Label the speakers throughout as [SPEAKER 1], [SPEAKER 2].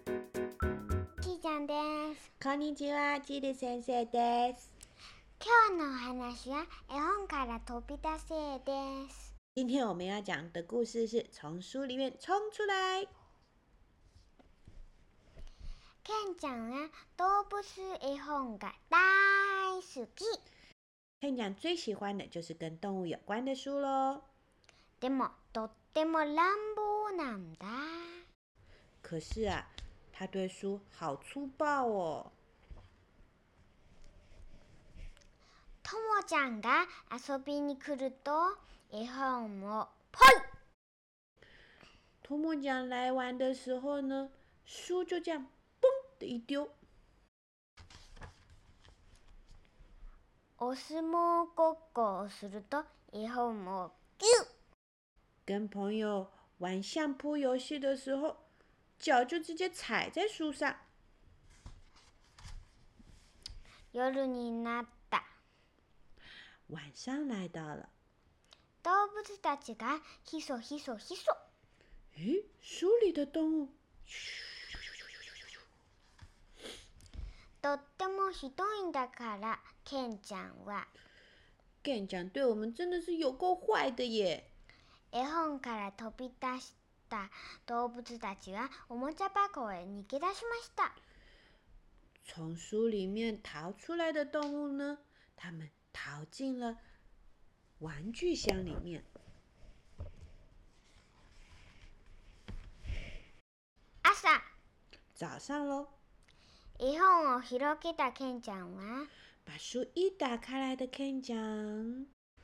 [SPEAKER 1] ちーちゃんです。
[SPEAKER 2] こんにちは、チル先生です。
[SPEAKER 1] 今日のお話は絵本から飛び出せです。
[SPEAKER 2] 今天我们要讲的故事是从书里面冲出来。
[SPEAKER 1] ケンちゃんは動物絵本が大好き。
[SPEAKER 2] 看讲最喜欢的就是跟动物有关的书喽。
[SPEAKER 1] でもとっても乱暴なんだ。
[SPEAKER 2] 可是啊，他对书好粗暴哦。
[SPEAKER 1] ともちゃんが遊びに来ると絵本をポイ
[SPEAKER 2] 托莫讲来玩的时候呢，书就这样嘣的一丢，
[SPEAKER 1] お相撲ごっこをすると絵本をギュッ
[SPEAKER 2] 跟朋友玩相扑游戏的时候，脚就直接踩在书上。
[SPEAKER 1] 夜になった。
[SPEAKER 2] 晚上来到了，
[SPEAKER 1] 動物たちがひそひそひそ。
[SPEAKER 2] 咦，书里的动物
[SPEAKER 1] とってもひどいんだからケンちゃんは
[SPEAKER 2] ，Gan 讲对我们真的是有够坏的耶。
[SPEAKER 1] 絵本から飛び出した動物たちはおもちゃ箱へ逃げ出しました
[SPEAKER 2] 从书里面逃出来的动物呢，它们逃进了玩具箱里面。
[SPEAKER 1] 朝
[SPEAKER 2] 早上喽，
[SPEAKER 1] 絵本を広げたケンちゃんは
[SPEAKER 2] 把书一打开来的 Ken 讲，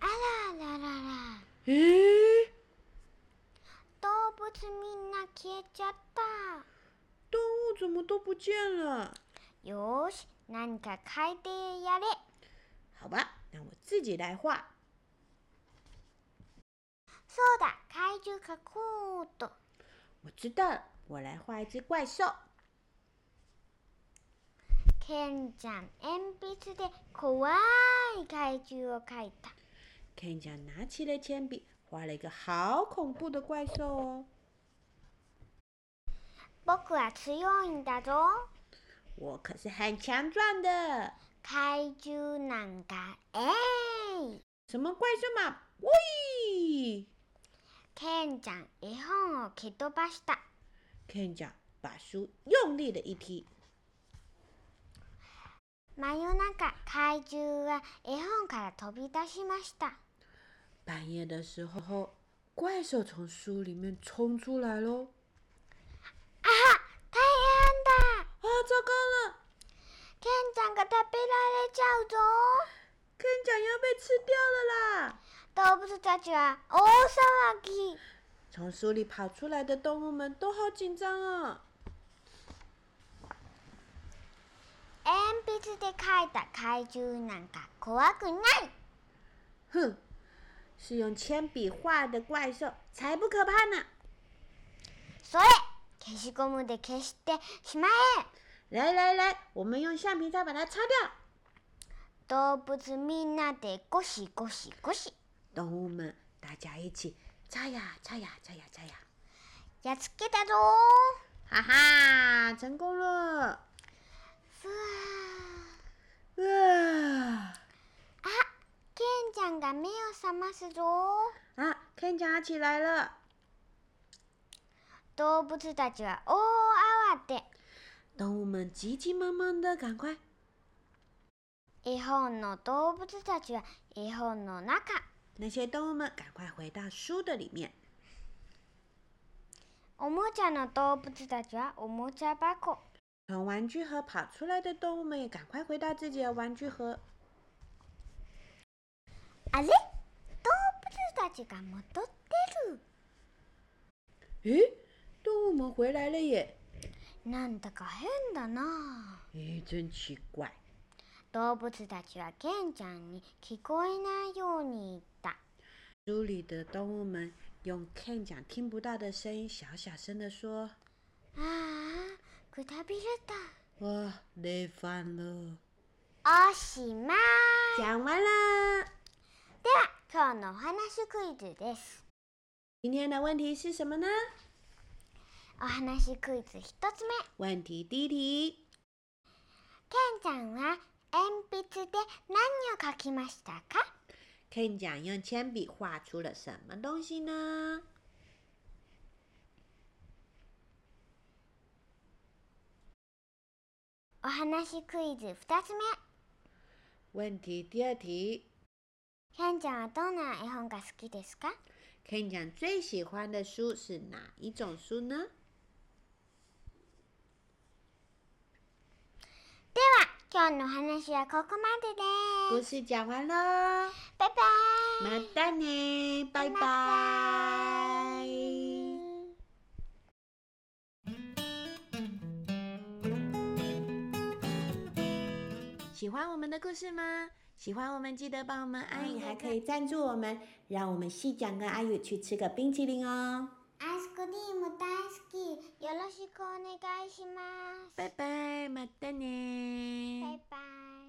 [SPEAKER 1] あらららら
[SPEAKER 2] 诶，
[SPEAKER 1] 動物みんな消えちゃった
[SPEAKER 2] 动物怎么都不见了？
[SPEAKER 1] よーし何か書いてやれ
[SPEAKER 2] 好吧，那我自己来画。
[SPEAKER 1] そうだ怪獣書こうっと
[SPEAKER 2] 我知道了，我来画一只怪兽。
[SPEAKER 1] ケンちゃん鉛筆で怖い怪獣を描いた
[SPEAKER 2] Ken 讲拿起了铅笔，画了一个好恐怖的怪兽哦。
[SPEAKER 1] 僕は強いんだぞ
[SPEAKER 2] 我可是很强壮的，
[SPEAKER 1] 怪獣なんかえい
[SPEAKER 2] 什么怪兽嘛？喂！
[SPEAKER 1] ケンちゃん絵本を蹴飛ばした
[SPEAKER 2] Ken 讲把书用力的一踢，
[SPEAKER 1] 真夜中怪獣は絵本から飛び出しました
[SPEAKER 2] 半夜的时候，怪兽从书里面冲出来喽！
[SPEAKER 1] 大変だ
[SPEAKER 2] 啊，糟糕了
[SPEAKER 1] ケンちゃんが食べられちゃうぞ
[SPEAKER 2] ！Ken 讲要被吃掉了啦！
[SPEAKER 1] 動物たちは大騒ぎ
[SPEAKER 2] 从书里跑出来的动物们都好紧张啊！
[SPEAKER 1] 鉛筆で描いた怪獣なんか怖くない
[SPEAKER 2] 哼，是用铅笔画的怪兽才不可怕呢！
[SPEAKER 1] それ消しゴムで消してしまえ
[SPEAKER 2] 来来来，我们用橡皮擦把它擦掉。
[SPEAKER 1] 動物みんなでゴシゴシゴシ
[SPEAKER 2] 动物们，大家一起擦呀擦呀擦呀擦呀！
[SPEAKER 1] やっつけたぞ
[SPEAKER 2] 哈哈，成功了！
[SPEAKER 1] ふわー
[SPEAKER 2] 啊！
[SPEAKER 1] あケンちゃんが目を覚ますぞ
[SPEAKER 2] 啊，Ken 讲起来了。
[SPEAKER 1] 動物たちは大慌て
[SPEAKER 2] 动物们急急忙忙的，赶快！
[SPEAKER 1] 絵本の動物たちは絵本の中
[SPEAKER 2] 那些动物们赶快回到书的里面。
[SPEAKER 1] おもちゃの動物たちはおもちゃ箱
[SPEAKER 2] 从玩具盒跑出来的动物们也赶快回到自己的玩具盒。
[SPEAKER 1] あれ動物たちが戻ってる
[SPEAKER 2] 诶，动物我们回来了耶！
[SPEAKER 1] なんだか変だなあ
[SPEAKER 2] 诶，真奇怪。
[SPEAKER 1] 動物たちはケンちゃんに聞こえないように言った
[SPEAKER 2] 书里的动物们用 Ken 讲听不到的声音，小小声地说
[SPEAKER 1] ああくたびれた：“
[SPEAKER 2] 哇，累翻了。
[SPEAKER 1] おしまい”
[SPEAKER 2] 讲完啦。
[SPEAKER 1] では今日のお話クイズです
[SPEAKER 2] 今天的问题是什么呢？
[SPEAKER 1] お話クイズ1つ目
[SPEAKER 2] 问题第一题，
[SPEAKER 1] ケンちゃんは鉛筆で何を描きましたか
[SPEAKER 2] Ken 讲用铅笔画出了什么东西呢？
[SPEAKER 1] お話クイズ2つ目
[SPEAKER 2] 问题第二题
[SPEAKER 1] ケンちゃんはどんな絵本が好きですか
[SPEAKER 2] ，Ken 讲最喜欢的书是哪一种书呢？
[SPEAKER 1] では今日のお話はここまで
[SPEAKER 2] 故
[SPEAKER 1] です
[SPEAKER 2] 事讲完喽，
[SPEAKER 1] バイバ
[SPEAKER 2] 马
[SPEAKER 1] イ
[SPEAKER 2] 蛋呢，拜拜。喜欢我们的故事吗？喜欢我们记得帮我们按一个
[SPEAKER 3] 还可以赞助我们，让我们细讲跟阿宇去吃个冰淇淋哦。
[SPEAKER 1] アイスクリーム大好き。よろしくお願いします。
[SPEAKER 2] 拜拜，马蛋呢。
[SPEAKER 1] バイバイ。